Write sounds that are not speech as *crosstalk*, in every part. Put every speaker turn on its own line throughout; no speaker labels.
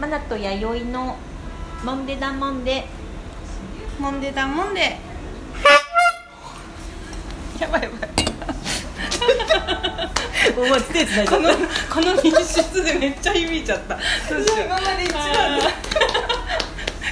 マナと弥生のモンデダモンデ
もんでだもんでやばいやばい
思わず手つない
このこの密室でめっちゃ響いちゃったどうしよう今まで一番だ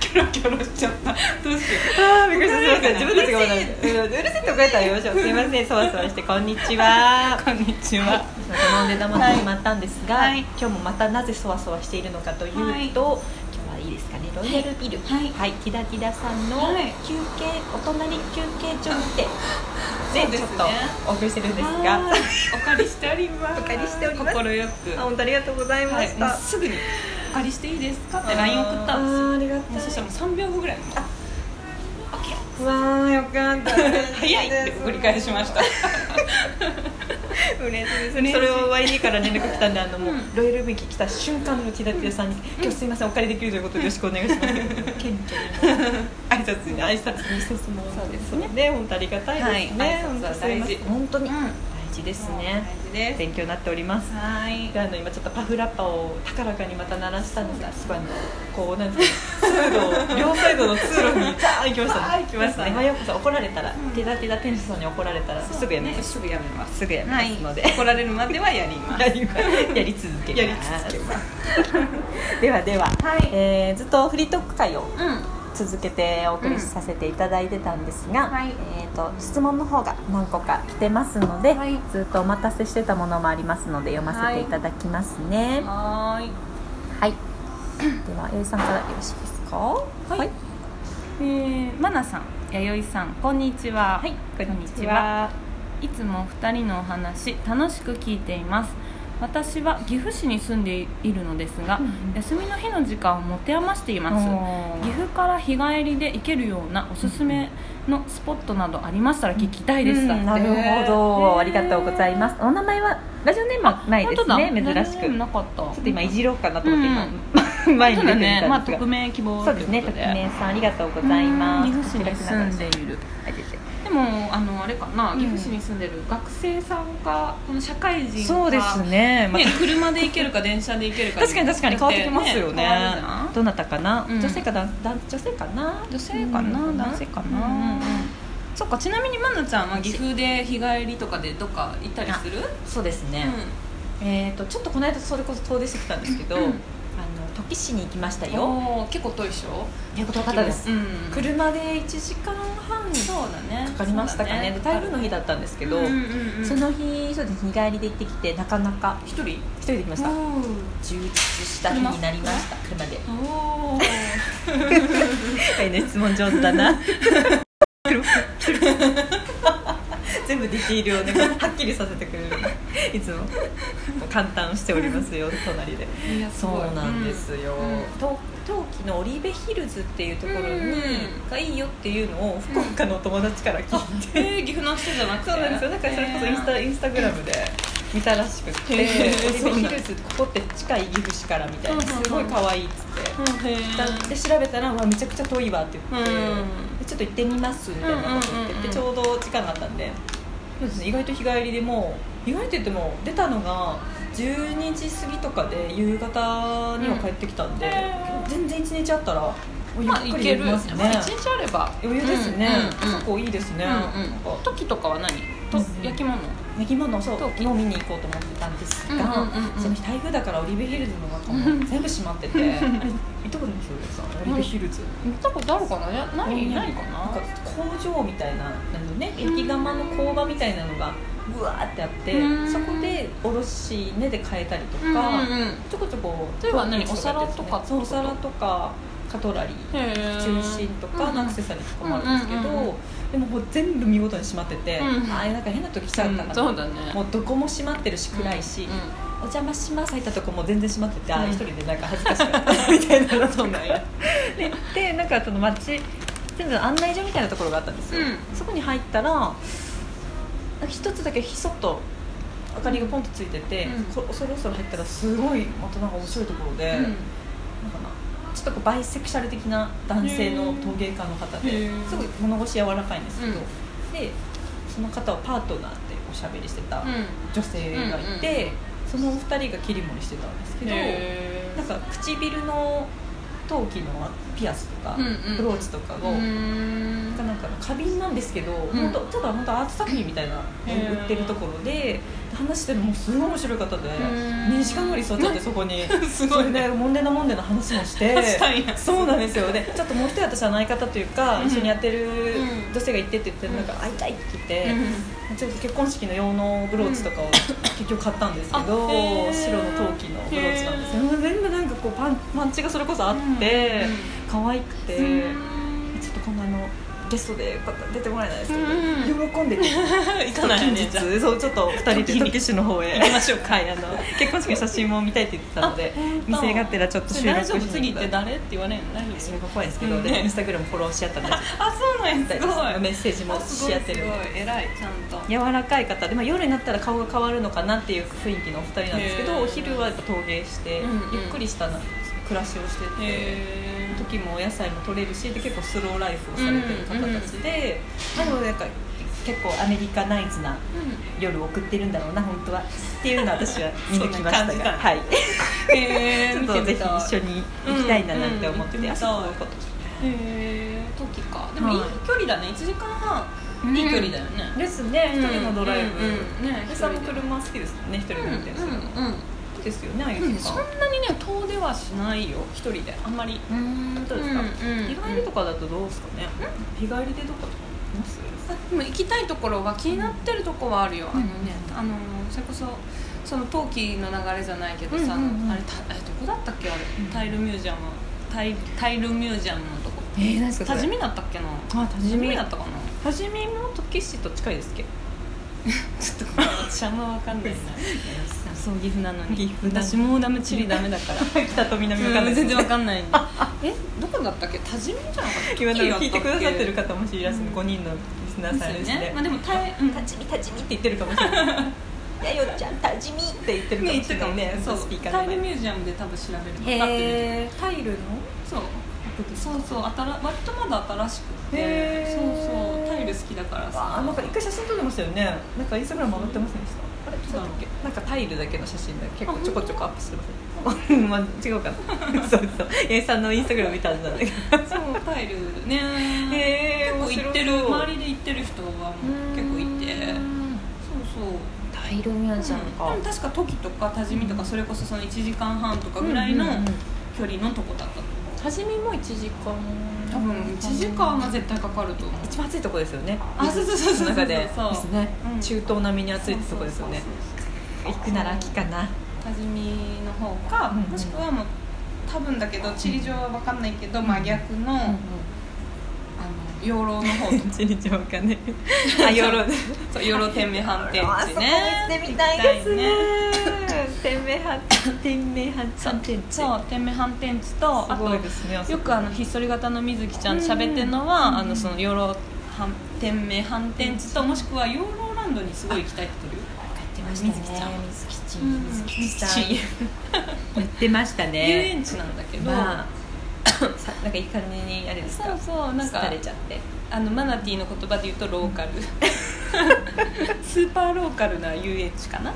キョロキョロしちゃったどうしよ
あーびっくりしたすいません自
う
分た
る
ち
せ
が
え
まだうんうるせえって声たら言いましょうすいませんそわそわしてこんにちは
うこんにちは、
モンデダモンデ始まったんですが、
はい
今日もまたなぜそわそわしているのかというと、
はい
今日はいいですかねロイヤルビル
はい
ティダティダさんの
はい
休憩、お隣休憩所に *laughs* て、
そう
ね
で
ち
す
ょ
ね
っとお送りしてるんです
は
が
ーいお借りしております
お借りしております
心よく
あ本当ありがとうございま
はい、
した、
もうすぐに「お借りしていいですか?」って LINE 送ったんですよ
あーありが
もうそし
た
たら
い
もう3秒後ぐらいに「あオッケー
うわーよか *laughs* った
早い!」って繰り返しました
嬉しいです
嬉しい
それを YD から連絡来たんであのもう、
うん
ロイヤルビル来た瞬間のティダティダさんに、今日すいませんお借りできるということでよろしくお願い *laughs* します謙虚に
挨拶に
挨拶にせずも
そうですね
ね本当ありがたいですね、
はい挨拶は大事
本当に
うん
大事ですね
大事です
勉強になっております
はい
であの今ちょっとパフラッパを高らかにまた鳴らしたんですが
そう
すごいあのこうなんですか通路を両サイドの通路にザー行きました
わー
ね
行きましたね
早子さん怒られたら、
うん
ティダティダ店主さんに怒られたらすぐやめます
すぐやめます
すぐやめますので
はい、怒られるまでは *laughs* やります
やりやり続けます
やり続けます
ではでは、
はい
えーずっとフリートーク会を
うん
続けてお送りさせていただいてたんですが、
うんはい
えー、と質問の方が何個か来てますので、
はい
ずっとお待たせしてたものもありますので読ませていただきますねは
はーい
い、では A さんからよろしいですかはい
えー、マナさん弥生さんこんにちははいこんにちはいつもお二人のお話楽しく聞いています私は岐阜市に住んでいるのですが、
うんうん
休みの日の時間を持て余してい
お
ます岐
ー
阜から日帰りで行けるようなおすすめのスポットなどありましたら聞きたいです、だ
う
って
んなるほど、
ね
ありがとうございますお名前はラジオネームはないですね
本当だ
珍しく
何もなかった
ちょっと今いじろうかなと思って今、 *laughs* 前
本
に出
当だ
てみ
ね
た
まあ
んですが、
匿名希望
そうですね
と
匿
いことで
名さんありがとうございます
うん岐阜市に住んでいる
あ出て
でもあのあれかな
うん
岐阜市に住んでる学生さんかこの社会人か
そうですね,、ま
ね車で行けるか電車で行けるか
確かに確かに変わってきますよね
変わるじゃん
どなたかな、
うん
女性かだだ女性かな
女性かな、
うん
男
男
性
性
か
か
な、
な、
そっかちなみにまなちゃんは岐阜で日帰りとかでどっか行ったりする
そうですね、えっ、とちょっとこの間それこそ遠出してきたんですけど、
うん
あの土岐市に行きました
うん、
よ
おー結構遠いでしょ
結構遠かったです、
うん、
車で1時間半
そうだね
かかりましたかねで台風の日だったんですけ
け
ど、
うんうんうん、
その日そうです日帰りで行ってきてなかなか
一人
一人で来ました充実した日になりました車で
おおー
はいね質問上手だな全部ディティールをねはっきりさせてくれるいつも簡単しておりますよ隣で
いやす
そ
ごいう
なんですよ、
うん
と陶器のオリベヒルズっていうところに、
うん
がいいよっていうのを福岡のお友達から聞いて、
えー、岐阜の人じゃなくて
そうなんですよだからそれこそインスタインスタグラムで見たらしくって、
へー
オリベヒルズここって近い岐阜市からみたいな
うんうんうん
すごい可愛いっつって。
うんへ
だ
ー
で調べたらうわめちゃくちゃ遠いわって言って、
うん
でちょっと行ってみますみたいなこと言って、
うんうんうんうん
でちょうど時間があったんでそうですね意外と日帰りでもう意外と言っても出たのが12時過ぎとかで夕方には帰ってきたんで、
うんへー
全然1日あったらもうゆ
まあ
っ
行
くり
け
で
る
き
ま
ま
あ
すね、
一日あれば
余裕ですね、
うんうんうん
そこいいですね、
うん
なん
うん
か
時とかは何と
うんうん
焼き物
ねぎ物そう
陶器
を見に行こうと思ってたんですが、
うんうんうんうん
その日台風だからオリベヒルズの中も全部閉まって
*laughs*
て行ったことないですよお客さんオリベヒルズ、
見たことあるかなやないないか
んか
な
工場みたいななんかね焼き窯の工場みたいなのがうわーってあって
うん
そこでおろし根で変えたりと
うん
か、
うんうん
ちょこちょこ
例えば何
陶器やってるんですよね
お皿とかってこと
そうお皿とかカトラリー
へー
中心とか
うん
アクセサリーとかもあるんですけど、
うんうんうんうん
でももう全部見事に閉まってて、
うん
ああなんか変な時来ちゃった
うん
かな、
そうだね
もうどこも閉まってるし暗いし、
うんうん
お邪魔します入ったとこも全然閉まってて、あ
うん
一人でなんか恥ずかしかったみたいなのと
そう
か
なんや *laughs*
で行ってなんかその街全部案内所みたいなところがあったんですよ、
う
そこに入ったらなんか一つだけひそっと明かりがポンとついてて、
うん
こそろそろ入ったらすごいまたなんか面白いところで、なんかなちょっとこうバイセクシャル的な男性の陶芸家の方
へ
で
ー
すごい物腰柔らかいんですけど、
うん
でその方はパートナーっておしゃべりしてた
うん
女性がいて、そのお二人が切り盛りしてたんですけど。
へー
なんか唇の陶器のピアスとか、
うんうん
ブローチとか
う
を、
ん
なんか花瓶なんですけど、
ん
本当ただ本当アート作品みたいなのを
へー
売ってるところで話してるのもすごい面白い方で
ん
2時間ぐらい座っちゃってそこに
すごいね
それでもんでなもんでの話もし
*laughs* したん
て
や
そうなんですよでちょっともう一人私はない方というか
うん
一緒にやってる
うん
女性がいてって言って
うん
なんか会いたいって来
う
て
ん
ちょっと結婚式の用のブローチとかを結局買ったんですけど
あへー
白の陶器のブローチなんですよ全部なんかこうパンパンチがそれこそあって可愛くて。ちょっと今度あのゲストでよかったら出てもらえないですか、
う
喜んでくれて
行かないよねじゃあ
近日そうちょっと2人で
時に
特殊の方へ
行きましょうか
はいあの結婚式の写真も見たいって言ってたので
あ本当
見せがてらちょっと
そ
収
れ
録
大丈夫
して
次行って誰って言われるの大丈
そ
夫
れが怖いですけど、
うん
でインスタグラムフォローし合ったので
あそうなんやすごい
メッセージも
あすごい
し合ってる
すごい偉いちゃんと
柔らかい方で、まあ、夜になったら顔が変わるのかなっていう雰囲気のお二人なんですけ
へ
ど
ー
お昼はやっぱ陶芸して、
うんうん
ゆっくりしたな暮らしをしてて。
へ
時もお野菜も取れるしで結構スローライフをされてる方たちで、まあでもなんか結構アメリカナイズな夜を送ってるんだろうな本当はっていうのは私は見抜きました
そんな感
が
じだ
はい、
え
ちょ
見
ってとぜひ
みた
一緒に行きたいななんて思って
うん
て、
うん行ってみたい
あそういうこと
へえ時かでもいい
はい
距離だね1時間半
うん
いい距離だよね
ですね
うん
一人のドライブ、
うんうんね
おじさんも車好きですもんね一人
うん
で
うん
運転するの、好きですよねああい
うんう
うん時
そん
間
なにね遠出はしないよ一人であんまり
うーんどうですか、
うんうん
日帰りとかだとどうですかね、日帰りでどこかとかいます
あでも行きたいところは気になってるとこはあるよ、
うん
あのねあのそれこそその陶器の流れじゃないけどさ、
うんうんうん
あれたえどこだったっけあれ、
うん
タイルミュージアムタイタイルミュージアムのとこ
えー、何です
多治見だったっけな
あ多治見
だったかな
はじめもと岸と近いですっけ
ちょっと私あんま分かんないなそう岐阜なのに
岐阜なのに
私もうダメ地理ダメだから
北と南わかん
う
なんい
全然わかんないんで *laughs* えどこだったっけ多治見じゃなかった
今でも聞いてくださってる
か
方も知りらっしゃる
うん
5人のリスナーさん
で
ですす
よね
ね
まあでもタイ、うん、
「立ち見立ち見」って言ってるかもしれない「やよちゃん立ち見」って言ってるかも
ね行っ
しれ
て
ない
たもんねそう
スピーカ
タ
ー
イル
の
ミュージアムで多分調べるのパッて出て
へえタイルの
そうそうそうあたら割とまだ新しくて
へー
そうそうタイル好きだからさ
あなんか一回写真撮ってましたよねなんかインスタグラム上がってませんでしたあれ
そうだっけ
なんかタイルだけの写真だけ結構ちょこちょこアップしてません *laughs* まあ違うかなそうそう八重さんのインスタグラム見たんだね
そうタイルね
へー
結構行って
面白
る
そう
周りで行ってる人はもう結構いてそうそう
タイルミュージアムか
でも確か時とか多治見とかそれこそその1時間半とかぐらいの
うんうんうん
距離のとこだったと思う
初めも1時間
多分1時間は絶対かかると思う
一番暑いとこですよね
あそうそうそうそうそう
中で
そう
ですね
うん
中東並みに暑いってとこですよね
そうそうそうそう
行くなら秋かな
多治見の方か、
うんうん
もしくはもう多分だけど地理上は分かんないけど、
ん
真逆の,、
*laughs*
あの養老の方とか
一日もか
*laughs*
ねあヨーロ
そう養老天明反転
*laughs* あそ
地
こ
ね
行ってみたいですね天明半天明半
そう
三天地
そう天明反転地とあ
すごいで
と
すね
よくあのひっそり型の水木ちゃんと喋ってるの
うん
はあのその養老反天明反転地ともしくは養老ランドにすごい行きたいって言ってるよ
って
ましたね
水木ちゃ
うん
ん水木 *laughs* ちゃん言ってました
遊
ね
園地なんだけど、
まあさなんかいい感じにあれです
そ
か
うそうなんか
疲れちゃって
あのマナティーの言葉で言うとロー *laughs* カルスーパーローカルな遊園地かな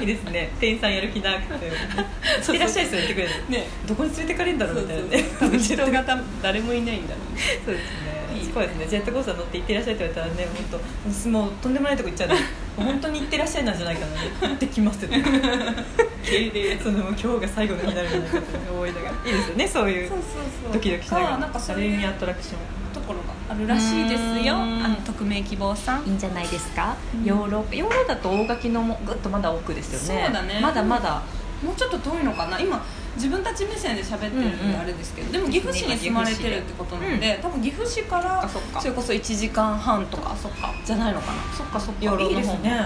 い
いですね店員さんやる気なく *laughs* て「
そう
いらっしゃい」って言ってくれる
ね
どこに連れてかれるんだ
そ
ろ
うそうう
みたいなね
多分人が多分誰もいないんだろうね
そうですね
いい
すごいですねジェットコースター乗って「行ってらっしゃい」って言われたらね本当もうとんでもないとこ行っちゃうね本当に「行ってらっしゃい」なんじゃないかな「行ってきます」って
敬礼
そのもう今日が最後の日になるんじゃないかって思いながらいいですよねそういうドキドキしながら
なんかそ
あ
う
れ
い
に
う
アトラクション
ところがあるらしいですよ
うーん
あの匿名希望さ
い
ん
いんじゃないですか
うん
ヨーロッパヨーロッパだと大垣のもぐっとまだ奥ですよね
そうだね
まだまだ
もうちょっと遠いのかな今自分たち目線で喋ってる
うん
ん
う
で
ん
あれですけど、でも岐阜市に住まれてるってことなんで、多分岐阜市から
あそっか
それこそ1時間半とかそっかじゃないのかなそっかそっ
養老の方ね
うんうん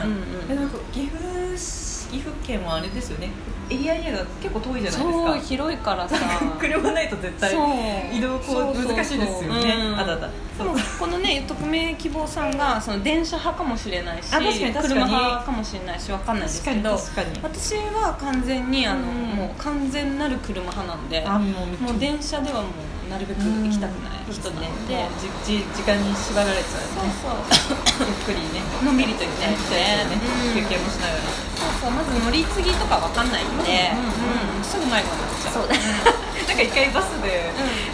えなんか岐阜市岐阜県はあれですよねエリアエリアが結構遠いじゃない
そう
ですか
広いから *laughs* さ
車ないと絶対
そう
移動こう
そうそうそう
難しいですよね
うん
あだだ
でもこのね匿名希望さんがその電車派かもしれないし
あ確かに確かに
車派かもしれないしわかんないですけど
確かに
私は完全にあの、
うん
もう完全なる車派なんで
あもう
もう電車ではもうなるべく行きたくない人なので、
もうじじ時間に縛られちゃうね
そうそう
ゆっくりね
のんびりと行きた
行
いで
き
す
たい
ね
ですよね休憩もしながら
そうそうまず乗り継ぎとかわかんない
うん
んで、
うん
うんすぐ迷子になっ
した
そうだ
なんか一回バスで、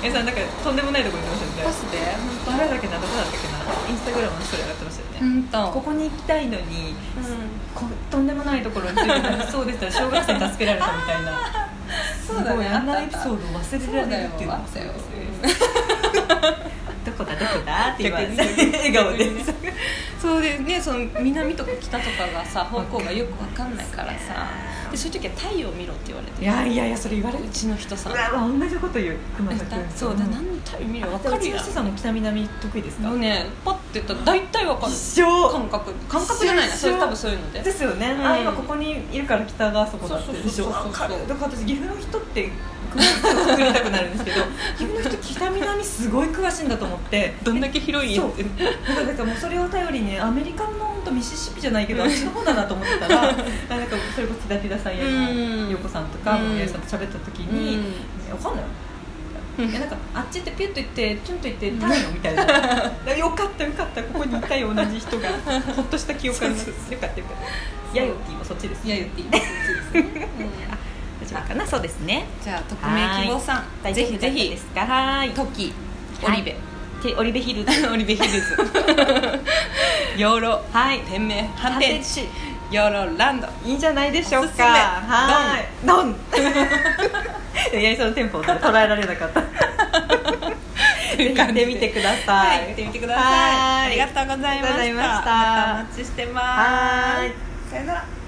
う
えさんなんかとんでもないところに行ってましたよ
バ
ね誰
スで
だっけなどこだったっけなインスタグラムのストーリー上がってましたよね、
本当
ここに行きたいのに
うん
こうとんでもないところに連れてかれそうでしたら小学生に助けられたみたいな
そうだ
すごい
ね
あんなエピソードを忘れられないっていうのが
そうだよ
*laughs* どこだどこだって言われて
逆に
笑顔で
逆そうでねその南とか北とかがさ方向がよく分かんないからさでそういう時は太陽を見ろって言われて
いやいやいやそれ言われる
うちの人さん
うわ同じこと言う熊田君
そうだ何の太陽見ろ分
でも
かる
千
やん
吉さんの北南得意ですか
もうねパッて言ったら大体分かんない
一緒
感覚感覚じゃないなそれ多分そういうので
ですよね、
うん
あ今ここにいるから北があそこだってでしょ
そうそうそうそ
わか
う
るだから私岐阜の人って
*laughs*
詳しく作りたくなるんですけど岐阜の人北南すごい詳しいんだと思って
どんだけ広い家って
なんかだからもうそれを頼りにアメリカの本当ミシシッピじゃないけどあっちの方だなと思ってた *laughs* らなんかそれこそティダさんや
うん
陽子さんとか
うん
森さんと喋った時に
うん
「いやわかんないよ」
うん
いやなんかあっちってピュッと行ってチュンと行ってタイのみたいなだ *laughs* からよかったよかったここにいたよ同じ人がほっとした記憶がありますよかったよかったヤヨティもそっちです
いや言っていいです言って *laughs* いいですねうん
大丈夫かなそうですね
じゃあ匿名希望さんぜひぜひ
ですかはい
トキオリベ
て *laughs* オリベヒルズ
オリベヒルズ養老
はい
店名反転地養老ランド
いいんじゃないでしょうか
おすすめ
はいドン八重さんのテンポを捉えられなか *laughs* った
という感じ
*laughs*
で
ぜひ行ってみてください
は行ってみてください
はい
ありがとうござ
あり
いまし
が
た
とうございました
またお待ちしてます
はい
さよなら